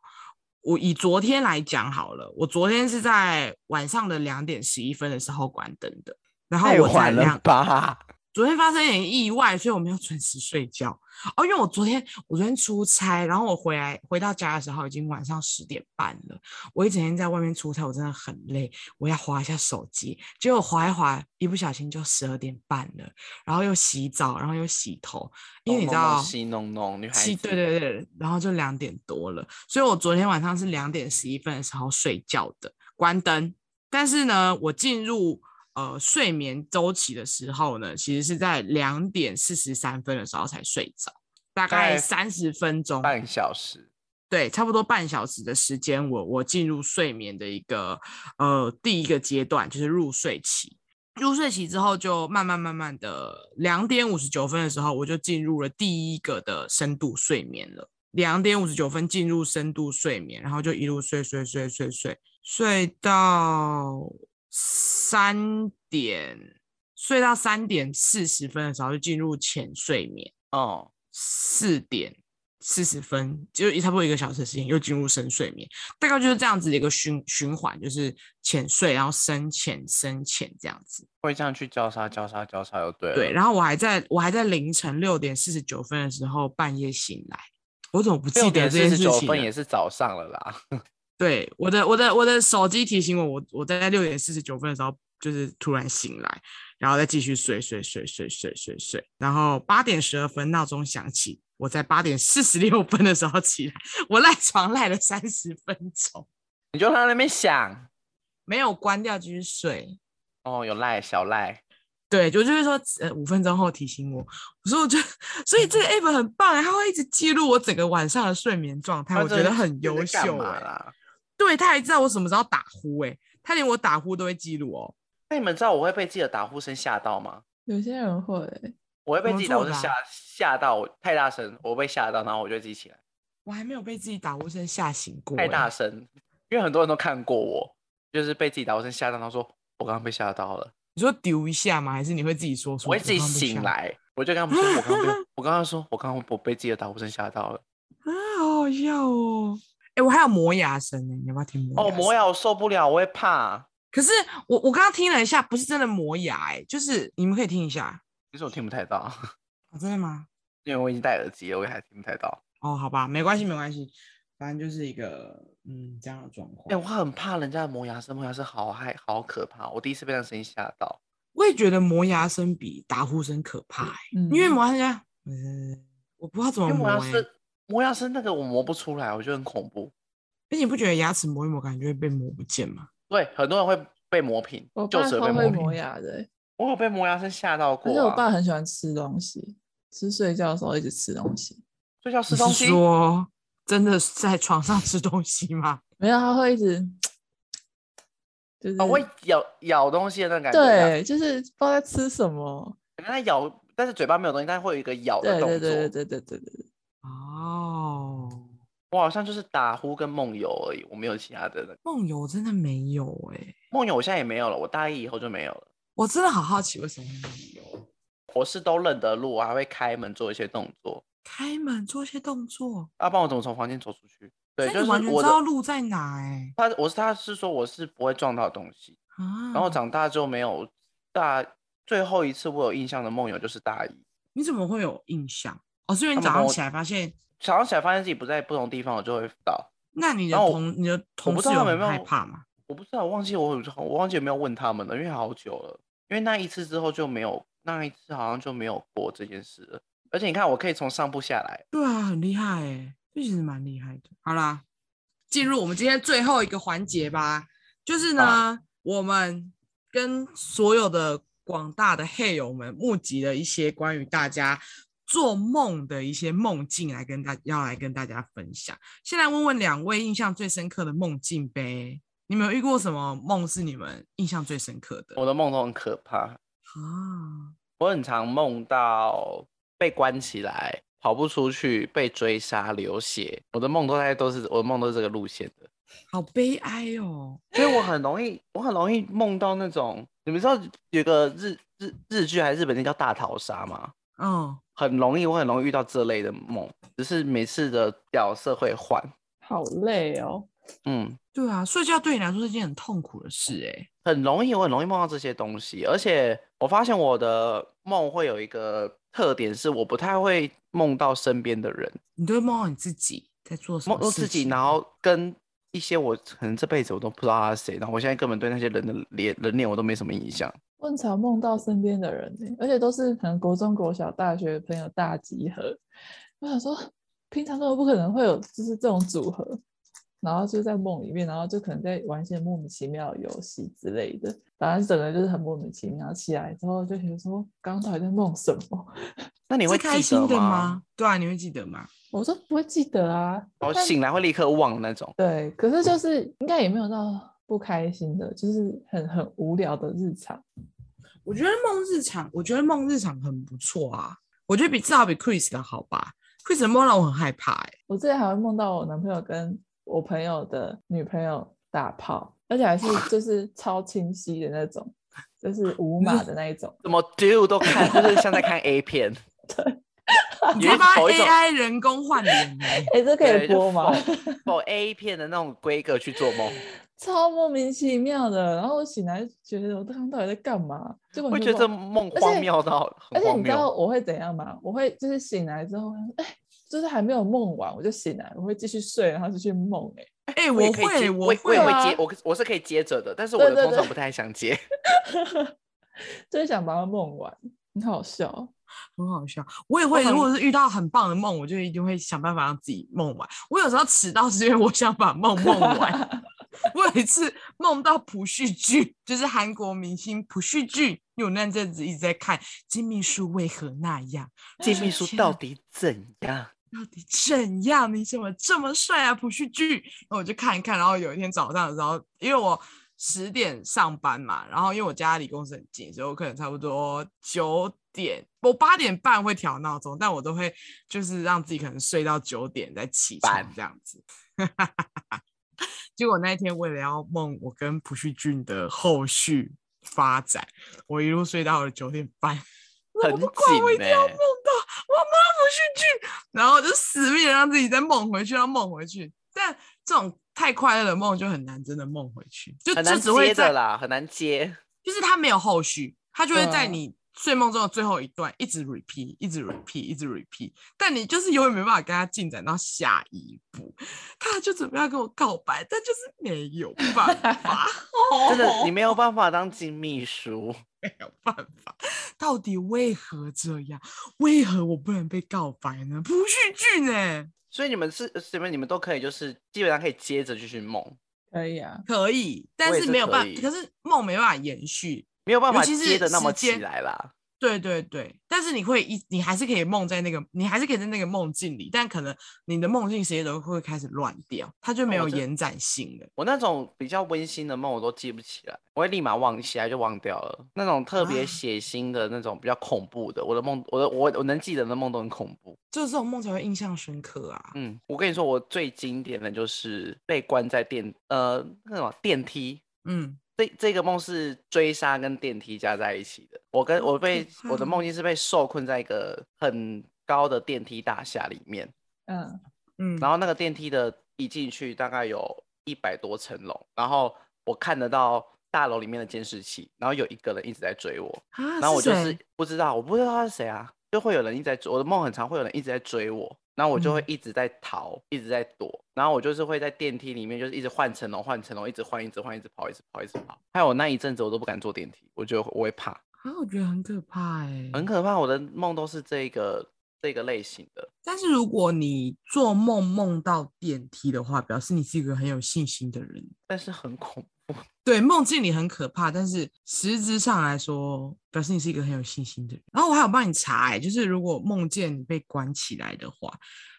我以昨天来讲好了，我昨天是在晚上的两点十一分的时候关灯的，然后太我在晚了两吧？昨天发生一点意外，所以我没有准时睡觉。哦，因为我昨天我昨天出差，然后我回来回到家的时候已经晚上十点半了。我一整天在外面出差，我真的很累，我要划一下手机，结果划一划，一不小心就十二点半了。然后又洗澡，然后又洗头，因为你知道，西弄弄女孩七子，对对对，然后就两点多了，所以我昨天晚上是两点十一分的时候睡觉的，关灯。但是呢，我进入呃睡眠周期的时候呢，其实是在两点四十三分的时候才睡着，大概在三十分钟，半小时。对，差不多半小时的时间，我我进入睡眠的一个呃第一个阶段，就是入睡期。入睡期之后，就慢慢慢慢的，两点五十九分的时候，我就进入了第一个的深度睡眠了。两点五十九分进入深度睡眠，然后就一路睡睡睡睡睡睡到三点，睡到三点四十分的时候就进入浅睡眠。哦，四点四十分，就差不多一个小时的时间，又进入深睡眠，大概就是这样子的一个循循环，就是浅睡，然后深浅深浅这样子。会这样去交叉交叉交叉就对了。啊对，然后我还在我还在凌晨六点四十九分的时候半夜醒来，我怎么不记六点得这四件十事九情啊分了？也是早上了啦。对，我的我的我的手机提醒我，我我在六点四十九分的时候就是突然醒来，然后再继续睡睡睡睡睡睡睡，然后八点十二分闹钟响起，我在八点四十六分的时候起来，我赖床赖了三十分钟，你就在那边想，没有关掉继续睡。哦，有赖小赖，对，就就是说，呃，五分钟后提醒我。我说，我觉得，所以这个 app 很棒欸，它会一直记录我整个晚上的睡眠状态，哎我觉得很优秀干嘛欸啦？对，它还知道我什么时候打呼，哎，它连我打呼都会记录哦。那你们知道我会被自己的打呼声吓到吗？有些人会欸，我会被怎么自己打呼做声的啊吓吓到，我太大声，我被吓到，然后我就自己起来，我还没有被自己打呼声吓醒过欸。太大声，因为很多人都看过我，就是被自己打呼声吓到，然后说我刚刚被吓到了，你说丢一下吗？还是你会自己说出？我会自己刚刚被吓醒来，我就跟他们说我刚刚 被，我刚刚说我刚刚我被自己的打呼声吓到了。啊，好好笑哦。哎、我还有磨牙声呢，你要不要听磨牙？哦，磨。牙我受不了，我会怕。可是我我刚刚听了一下，不是真的磨牙、欸，哎，就是你们可以听一下。其实我听不太到， 哦、真的吗？因为我已经戴耳机了，我也还听不太到。哦，好吧，没关系，没关系。反正就是一个嗯这样的状况。哎、我很怕人家的磨牙声，磨牙声好害，好可怕。我第一次被那声音吓到。我也觉得磨牙声比打呼声可怕欸、嗯因为磨牙声这样，嗯，我不知道怎因为么磨、磨牙欸，声，磨牙声那个我磨不出来，我觉得很恐怖。而且你不觉得牙齿磨一磨，感觉会被磨不见吗？对，很多人会被磨平我，就爸是超被会磨磨平。牙的欸、我有被磨牙声吓到而过、且啊。我爸很喜欢吃东西，是睡觉的时候一直吃东西。睡觉吃你东是西，说真的是在床上吃东西吗？ 没有，他会一直就是、哦，会咬咬东西的那种感觉。，对，就是不知道在吃什么。可能他咬，但是嘴巴没有东西，但是会有一个咬的对动对作。对对对对对对，哦，我好像就是打呼跟梦游而已，我没有其他的那个。梦游真的没有哎、梦游我现在也没有了，我大一以后就没有了。我真的好好奇为什么会梦游？我是都认得路，我还会开门做一些动作，开门做一些动作，要、不然我怎么从房间走出去？对，所以就你是完全我知的道路在哪哎、他，我是他是说我是不会撞到东西。啊，然后长大之后没有大，最后一次我有印象的梦游就是大一，你怎么会有印象？哦，是因为你他早们跟上我起来发现，早上起来发现自己不在不同地方，我就会到。那你的然后我同你的同不知事道有他们有很没害有怕吗？我不知道，我忘记我有我忘记有没有问他们了，因为好久了。因为那一次之后就没有，那一次好像就没有过这件事了。而且你看，我可以从上铺下来，对啊，很厉害哎、这其实蛮厉害的。好啦，进入我们今天最后一个环节吧，就是呢，好我们跟所有的广大的黑友们募集了一些关于大家做梦的一些梦境，来跟大要来跟大家分享。先来问问两位印象最深刻的梦境呗，你们有遇过什么梦是你们印象最深刻的？我的梦都很可怕。啊，我很常梦到被关起来，跑不出去，被追杀，流血。我的梦都在都是我的梦都是这个路线的，好悲哀哦。所以我很容易，我很容易梦到那种，你们知道有个日日日剧还是日本那叫大逃杀吗？嗯，很容易，我很容易遇到这类的梦，只是每次的角色会换。好累哦。嗯，对啊，睡觉对你来说是一件很痛苦的事哎、很容易，我很容易梦到这些东西，而且我发现我的梦会有一个特点，是我不太会梦到身边的人，你都会梦到你自己在做什么梦到事自己，情然后跟一些我可能这辈子我都不知道他是谁，然后我现在根本对那些人的脸人脸我都没什么印象。我很常梦到身边的人欸、而且都是可能国中、国小、大学朋友大集合。我想说，平常根本不可能会有就是这种组合，然后就在梦里面，然后就可能在玩一些莫名其妙的游戏之类的，反正整个就是很莫名其妙。起来之后就觉得说，刚刚到底在梦什么？ 那你你会开记心得的吗？？对啊，你会记得吗？我说不会记得啊，我但醒来会立刻忘那种。对，可是就是应该也没有到不开心的，就是很很无聊的日常。我觉得梦日常，我觉得梦日常很不错啊，我觉得比至少比 Chris 的好吧。Chris 的梦让我很害怕哎、 我之前还会梦到我男朋友跟我朋友的女朋友打炮，而且 还是就是超清晰的那种，就是无码的那 一种。怎么 do 都看，就是像在看 A 片，有一你直接帮某一种 AI 人工换脸哎、 哎、这 可以对，就播吗？否否 A 片的那种规格去做梦，超莫名其妙的。然后我醒来就觉得我刚刚到底在干嘛？就完会全觉得这不知道梦而荒且谬到而很且荒你知道谬。我会怎样吗？我会就是醒来之后，哎、就是还没有梦完，我就醒来，我会继续睡，然后继续梦、哎。哎、我也我可以接会，我也我会也啊会接，我我是可以接着的，但是对我的对通常对不太想 接。就是想把它梦完，很好笑哦。很好笑，我也会。很如果是遇到很棒的梦，我就一定会想办法让自己梦完。我有时候迟到是因为我想把梦梦完。我有一次梦到朴叙俊，就是韩国明星朴叙俊，因为我那阵子一直在看《金秘书为何那样金秘书天到哪底怎样？》，到底怎样？你怎么这么帅啊，朴叙俊？然后我就看一看，然后有一天早上的时候，因为我十点上班嘛，然后因为我家离公司很近，所以我可能差不多九点，我八点半会调闹钟，但我都会就是让自己可能睡到九点再起床烦这样子。 结果那一天为了要梦我跟朴叙俊的后续发展，我一路睡到了九点半。很我不管，我一紧定要欸梦到，我梦到朴叙俊，然后我就死命地让自己再梦回去，要梦回去。但这种太快乐的梦就很难真的梦回去，就很就难只会接在的 啦，很难接。就是它没有后续，它就会对啊在你睡梦中的最后一段一直 repeat，一直 repeat，一直 repeat，但你就是永远没办法跟他进展到下一步。他就准备要跟我告白，但就是没有办 法，真的，你没有办法当金秘书。没有办法。到底为何这样？为何我不能被告白呢？不续剧呢？所以你们是什么？你们都可以，就是基本上可以接着继续梦，可以啊，可以，但我也是是没有可办以法，可是梦没办法延续。没有办法尤其是接的那么时间起来啦。对对对，但是你会一，你还是可以梦在那个，你还是可以在那个梦境里，但可能你的梦境时间都会开始乱掉，它就没哦有这延展性了。我那种比较温馨的梦，我都记不起来，我会立马忘起来就忘掉了。那种特啊别血腥的那种比较恐怖的，我的梦，我的我我能记得的梦都很恐怖。就是这种梦才会印象深刻啊。嗯，我跟你说，我最经典的就是被关在电呃那种电梯。嗯，这这个梦是追杀跟电梯加在一起的。我跟好我可被我的怕梦境是被受困在一个很高的电梯大厦里面，嗯，嗯，然后那个电梯的一进去大概有一百多层楼，然后我看得到大楼里面的监视器，然后有一个人一直在追我，啊，然后我就谁是不知道，我不知道他是谁啊，就会有人一直在追我的梦，很常会有人一直在追我，然后我就会嗯一直在逃，一直在躲，然后我就是会在电梯里面就是一直换层楼，换层楼，一直换，一直换，一直跑，一直跑，一直跑。还有那一阵子我都不敢坐电梯，我觉得我会怕，啊，我觉得很可怕哎、很可怕。我的梦都是这个这个类型的，但是如果你做梦梦到电梯的话，表示你是一个很有信心的人。但是很恐怖。对，梦境里很可怕，但是实质上来说，表示你是一个很有信心的人。然后我还有帮你查、欸，就是如果梦见你被关起来的话，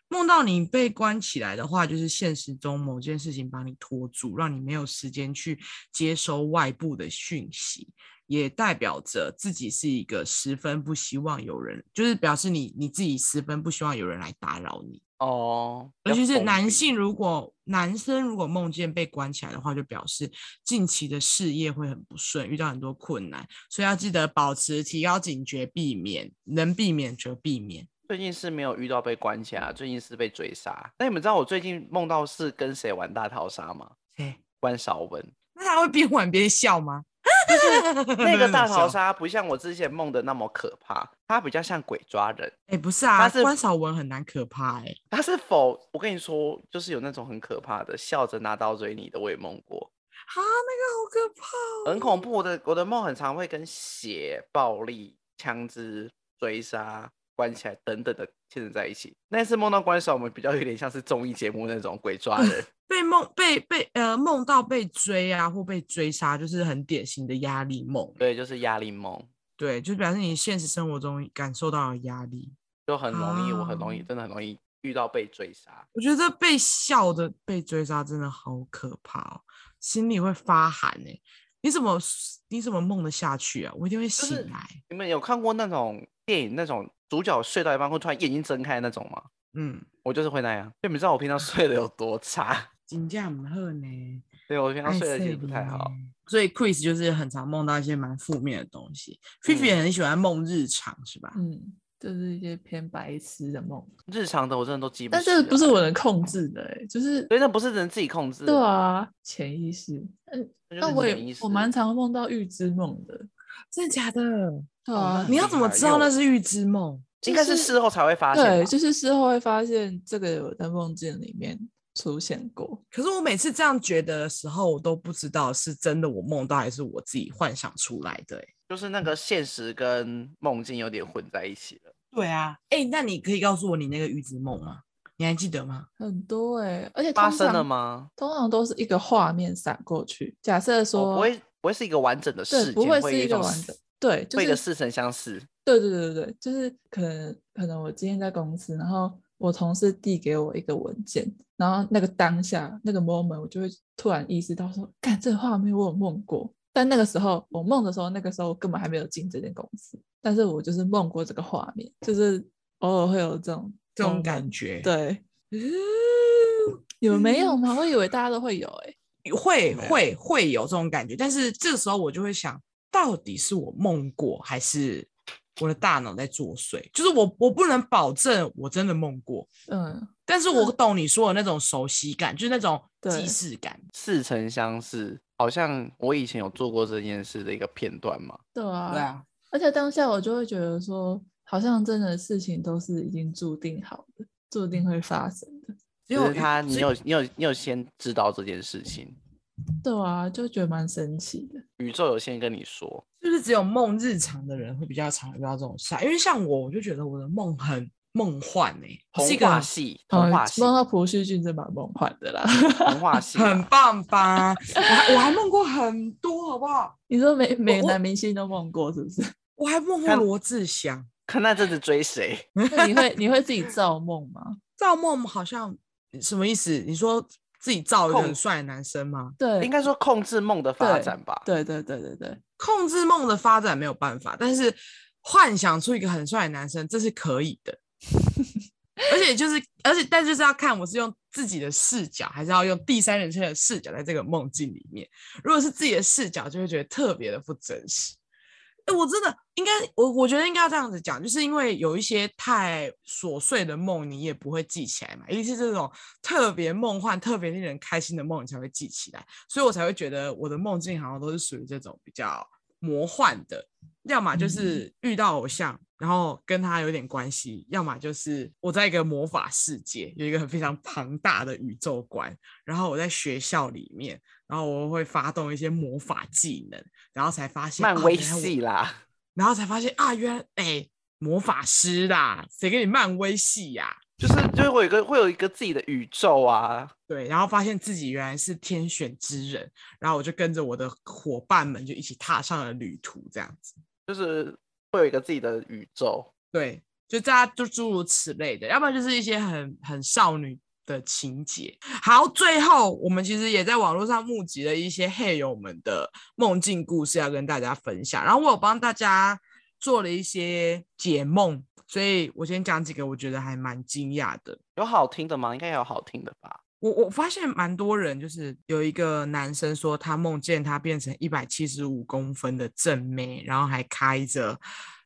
梦到你被关起来的话，就是现实中某件事情把你拖住，让你没有时间去接收外部的讯息，也代表着自己是一个十分不希望有人，就是表示你你自己十分不希望有人来打扰你。哦，尤比较其是封闭男性，如果男生如果梦见被关起来的话，就表示近期的事业会很不顺，遇到很多困难，所以要记得保持提高警觉，避免能避免则避免。最近是没有遇到被关起来，啊最近是被追杀。那你们知道我最近梦到是跟谁玩大逃杀吗？对，关少文。那他会边玩边笑吗？ 那个大很逃笑，杀不像我之前梦的那么可怕，它比较像鬼抓人。哎、不是啊，他是关少文很难可怕哎、它是否我跟你说，就是有那种很可怕的，笑着拿刀追你的，我也梦过，啊，那个好可怕哦、很恐怖。我的我的梦很常会跟血、暴力、枪支、追杀、关起来等等的牵扯在一起。那次梦到关少，我们比较有点像是综艺节目那种鬼抓人。 被梦被被呃梦到被追啊或被追杀，就是很典型的压力梦。对，就是压力梦，对，就表示你现实生活中感受到了压力。就很容易，我很容易，啊真的很容易遇到被追杀。我觉得被笑的被追杀真的好可怕哦，心里会发寒哎、你怎么你怎么梦得下去啊？我一定会醒是来。你们有看过那种电影，那种主角睡到一半会突然眼睛睁开那种吗？嗯，我就是会那样。就你们知道我平常睡得有多差，金价唔好呢，对我平常哎爱睡得其睡实不太眠好。呢。所以 Chris 就是很常梦到一些蛮负面的东西。Fifi 嗯也很喜欢梦日常，是吧？嗯，就是一些偏白痴的梦，日常的我真的都记不但起这来。个不是我能控制的、欸，就是所以那不是人自己控制的。对啊，潜意识。嗯，那就是那我潜意也识我蛮常梦到预知梦的。真的假的？对哦那，啊你很要厉怎么害知因为道那我是预知梦？应该是就是事后才会发现吧。对，就是事后会发现这个有在梦境里面出现过。可是我每次这样觉得的时候，我都不知道是真的我梦到还是我自己幻想出来的、欸。就是那个现实跟梦境有点混在一起了。对啊，哎、那你可以告诉我你那个预知梦吗？你还记得吗？很多哎、而且发通生了常吗？通常都是一个画面闪过去。假设我说、哦不会，不会是一个完整的事对，件，不会会是有一个种完似整，对，就会一个是似曾相识。对对对对，就是可能可能我今天在公司，然后我同事递给我一个文件，然后那个当下那个 moment，我就会突然意识到说，干这个画面我有梦过。但那个时候我梦的时候，那个时候我根本还没有进这间公司，但是我就是梦过这个画面，就是偶尔会有这种这种感 moment。觉，对， 你们没有吗？我以为大家都会有欸诶、会没有会会有这种感觉，但是这个时候我就会想，到底是我梦过，还是我的大脑在作祟？就是我我不能保证我真的梦过，嗯，但是我懂你说的那种熟悉感，就是那种对即视感。似曾相识，好像我以前有做过这件事的一个片段嘛。对啊，对啊，而且当下我就会觉得说，好像真的事情都是已经注定好的，注定会发生的。因我为他，你只有你有你有先知道这件事情，对啊，就觉得蛮神奇的。宇宙有先跟你说，是不是只有梦日常的人会比较常遇到这种事啊？因为像我，我就觉得我的梦很梦幻哎、我童是一个话很 系，哦童话系，梦到朴叙俊真蛮梦幻的啦。 童话系很啊，棒吧？我还我还梦过很多，好不好？你说每每个我男明星都梦过 是不是？我还梦过看罗志祥，看那阵子追 谁，那你会你会自己造梦吗？造梦好像什么意思？你说自己造一个控很帅的男生吗？对，应该说控制梦的发对展吧。对对对对对，控制梦的发展没有办法，但是幻想出一个很帅的男生，这是可以的。而且就是，而且但就是要看我是用自己的视角，还是要用第三人称的视角在这个梦境里面。如果是自己的视角，就会觉得特别的不真实。哎，我真的应该，我我觉得应该要这样子讲，就是因为有一些太琐碎的梦，你也不会记起来嘛。一定是这种特别梦幻、特别令人开心的梦，你才会记起来。所以我才会觉得我的梦境好像都是属于这种比较魔幻的，要么就嗯是遇到偶像，然后跟他有点关系；要么就是我在一个魔法世界，有一个很非常庞大的宇宙观，然后我在学校里面，然后我会发动一些魔法技能，然后才发现漫啊威原来我系啦，然后才发现啊，原来哎、魔法师啦，谁给你漫威系呀、就是就是会有一个会有一个自己的宇宙啊，对，然后发现自己原来是天选之人，然后我就跟着我的伙伴们就一起踏上了旅途，这样子。就是会有一个自己的宇宙。对，就大家就诸如此类的，要不然就是一些很很少女的情节。好，最后我们其实也在网络上募集了一些黑友们的梦境故事要跟大家分享，然后我有帮大家做了一些解梦，所以我先讲几个我觉得还蛮惊讶的。有好听的吗？应该有好听的吧。我我发现蛮多人就是有一个男生说他梦见他变成一百七十五公分的正妹，然后还开着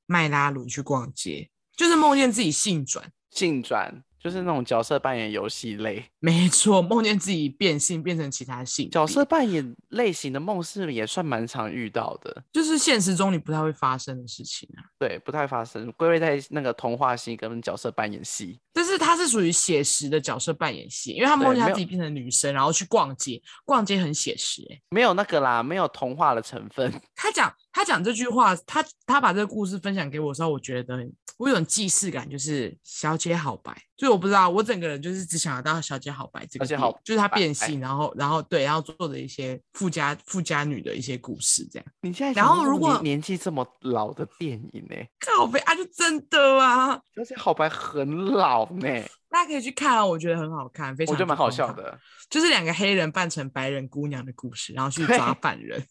迈拉伦去逛街，就是梦见自己性转，性转就是那种角色扮演游戏类，没错，梦见自己变性变成其他性角别色扮演类型的梦是也算蛮常遇到的，就是现实中你不太会发生的事情啊。对，不太发生，归类在那个童话系跟角色扮演系。但是他是属于写实的角色扮演戏，因为他梦对见没他有自己变成女生，然后去逛街，逛街很写实、欸，没有那个啦，没有童话的成分， 他讲他讲这句话，他他把这个故事分享给我的时候，我觉得我有种既视感，就是小姐好白，就是我不知道，我整个人就是只想得到小姐好白这个小姐电好影，就是她白变性，然后然后对，然后做的一些富家富家女的一些故事这样。你现在然讲后这如种年果年纪这么老的电影呢、靠背啊，就真的啊，而且好白很老呢、大家可以去看啊，我觉得很好看，非我常觉得蛮好疯笑狂的。就是两个黑人扮成白人姑娘的故事，然后去对抓犯人。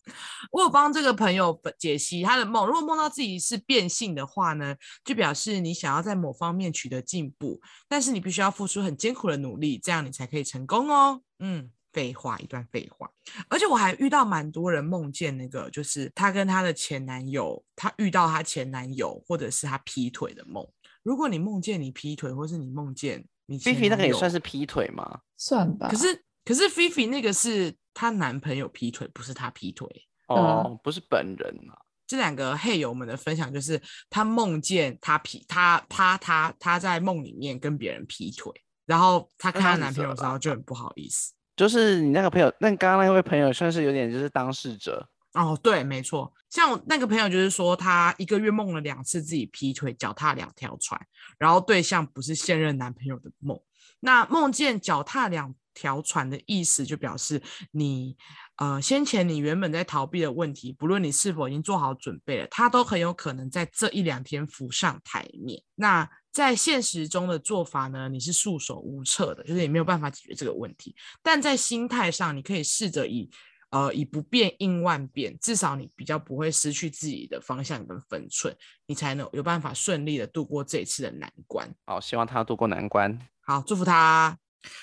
我有帮这个朋友分解析他的梦，如果梦到自己是变性的话呢，就表示你想要在某方面取得进步，但是你必须要付出很艰苦的努力，这样你才可以成功哦。嗯。废话，一段废话。而且我还遇到蛮多人梦见那个，就是她跟她的前男友，她遇到她前男友，或者是她劈腿的梦。如果你梦见你劈腿，或是你梦见你前 Vivi 那男个也友算是劈腿吗？算吧。可是可是菲菲那个是她男朋友劈腿，不是她劈腿。哦，不是本人啊，这两个黑友们的分享就是，她梦见她劈她她她她在梦里面跟别人劈腿，然后她看那她你男朋怎友么的时候就很不好意思。就是你那个朋友，那刚刚那位朋友算是有点就是当事者，哦，对，没错，像我那个朋友就是说，他一个月梦了两次自己劈腿，脚踏两条船，然后对象不是现任男朋友的梦。那梦见脚踏两条船的意思，就表示你呃先前你原本在逃避的问题，不论你是否已经做好准备了，它都很有可能在这一两天浮上台面。那在现实中的做法呢，你是束手无策的，就是你没有办法解决这个问题。但在心态上，你可以试着以呃以不变应万变，至少你比较不会失去自己的方向跟分寸，你才能有办法顺利的度过这一次的难关。哦好，希望他渡过难关。好，祝福他。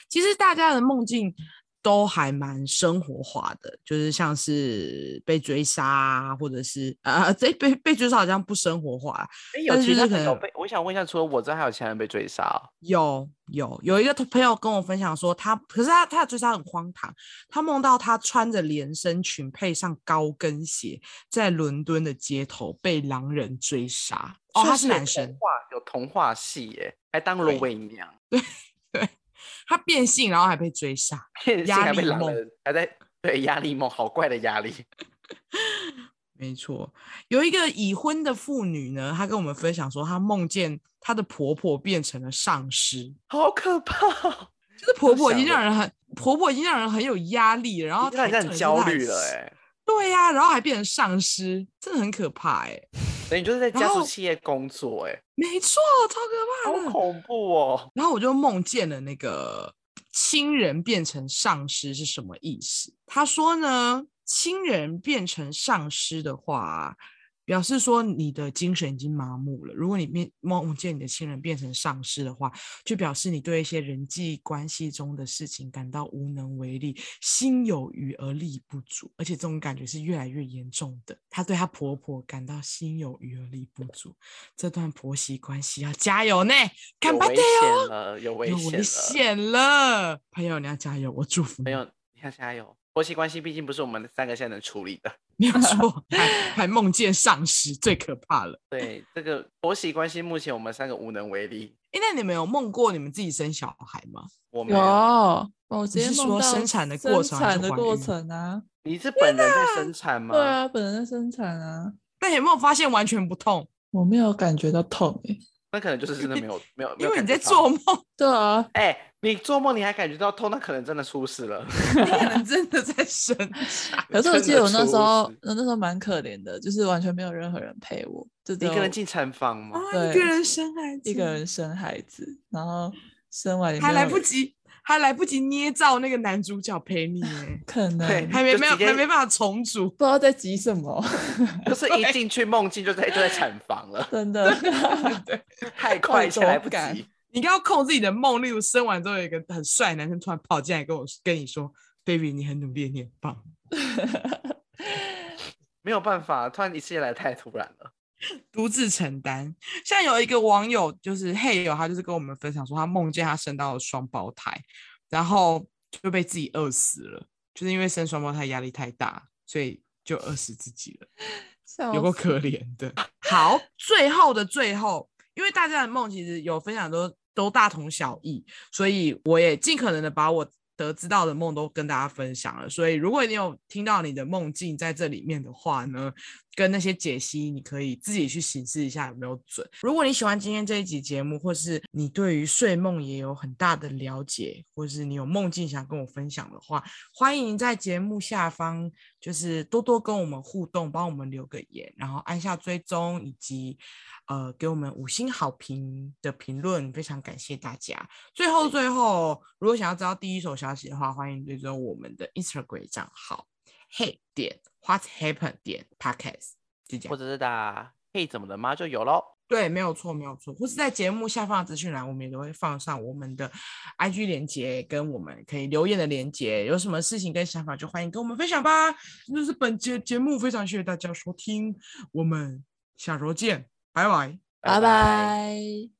其实大家的梦境都还蛮生活化的，就是像是被追杀啊，或者是啊，这、被被追杀好像不生活化啊，哎有但是其他就是可朋友能被，我想问一下，除了我之外，还有其他人被追杀哦？有有有一个朋友跟我分享说他，可是他他的追杀很荒唐，他梦到他穿着连身裙配上高跟鞋，在伦敦的街头被狼人追杀。所哦，以他是有男童 生，话有童话戏耶，还当了对伪娘，他变性然后还被追杀。变性压还被力狼梦人，还在对压力梦，好怪的压力。没错，有一个已婚的妇女呢，她跟我们分享说，她梦见她的婆婆变成了丧尸，好可怕哦！就是婆婆已想经让的人很婆婆已经让人很有压力了，然后已经让还人家重很点是焦她还虑了是哎。对呀、然后还变成丧尸，真的很可怕哎、等于就是在然家族后嗯企业工作哎，没错，超好可怕的。恐怖哦！然后我就梦见了那个亲人变成丧尸是什么意思？他说呢，亲人变成丧尸的话，表示说你的精神已经麻木了。如果你面梦见你的亲人变成丧尸的话，就表示你对一些人际关系中的事情感到无能为力，心有余而力不足，而且这种感觉是越来越严重的。她对她婆婆感到心有余而力不足，这段婆媳关系要加油呢，干有巴危爹哦！险了，有危有险危了！险了，朋友，你要加油，我祝福你朋。友，你要加油！婆媳关系毕竟不是我们三个现在能处理的。 没有错，还还梦见丧尸，最可怕了。对，这个婆媳关系目前我们三个无能为力。哎，那你们有梦过你们自己生小孩吗？我没有，有，哦我直接是梦说到生产的过程生还是产的怀过孕程啊，你是本人在生产吗？对啊，本人在生产啊，但有没有发现完全不痛？我没有感觉到痛诶、那可能就是真的没有没有，没因有为感你觉在到做。梦，对啊，哎、你做梦你还感觉到痛，那可能真的出事了。你 可能真的在生。可是我真记的得我那出时候，事我那时候蛮可怜的，就是完全没有任何人陪我，就 你只一个有人进产房吗？啊，一对个人生孩子，一个人生孩子，然后生完也还没来有不及，还来不及捏造那个男主角陪 你耶，可能对还没就没有直接还没办法重组。不知道在急什么， 就是一进去梦境就在就在产房了，真的对， 太快，周且来不感及。你应该要控制你的梦，例如生完之后有一个很帅的男生突然跑进来跟我跟你说，baby 你很努力，你很棒。没有办法，突然一切来得太突然了。独自承担。像有一个网友就是嘿友，他就是跟我们分享说，他梦见他生到了双胞胎，然后就被自己饿死了，就是因为生双胞胎压力太大，所以就饿死自己了，笑有够死可怜的。 好，最后的最后，因为大家的梦其实有分享都都大同小异，所以我也尽可能的把我。得知到的梦都跟大家分享了，所以如果你有听到你的梦境在这里面的话呢，跟那些解析，你可以自己去审视一下有没有准。如果你喜欢今天这一集节目，或是你对于睡梦也有很大的了解，或是你有梦境想跟我分享的话，欢迎在节目下方就是多多跟我们互动，帮我们留个言，然后按下追踪以及呃给我们五星好评的评论，非常感谢大家。最后最后，如果想要知道第一手消息的话，欢迎追踪我们的 Instagram 账号 Hey 点 What's Happen 点 Podcast。就这或样，者是打嘿怎么了吗就有喽。对，没有错，没有错。或是在节目下方的资讯栏，我们也都会放上我们的 IG 连接跟我们可以留言的连接。有什么事情跟想法，就欢迎跟我们分享吧。这就是本节节目，非常谢谢大家收听，我们下周见，拜拜。拜拜。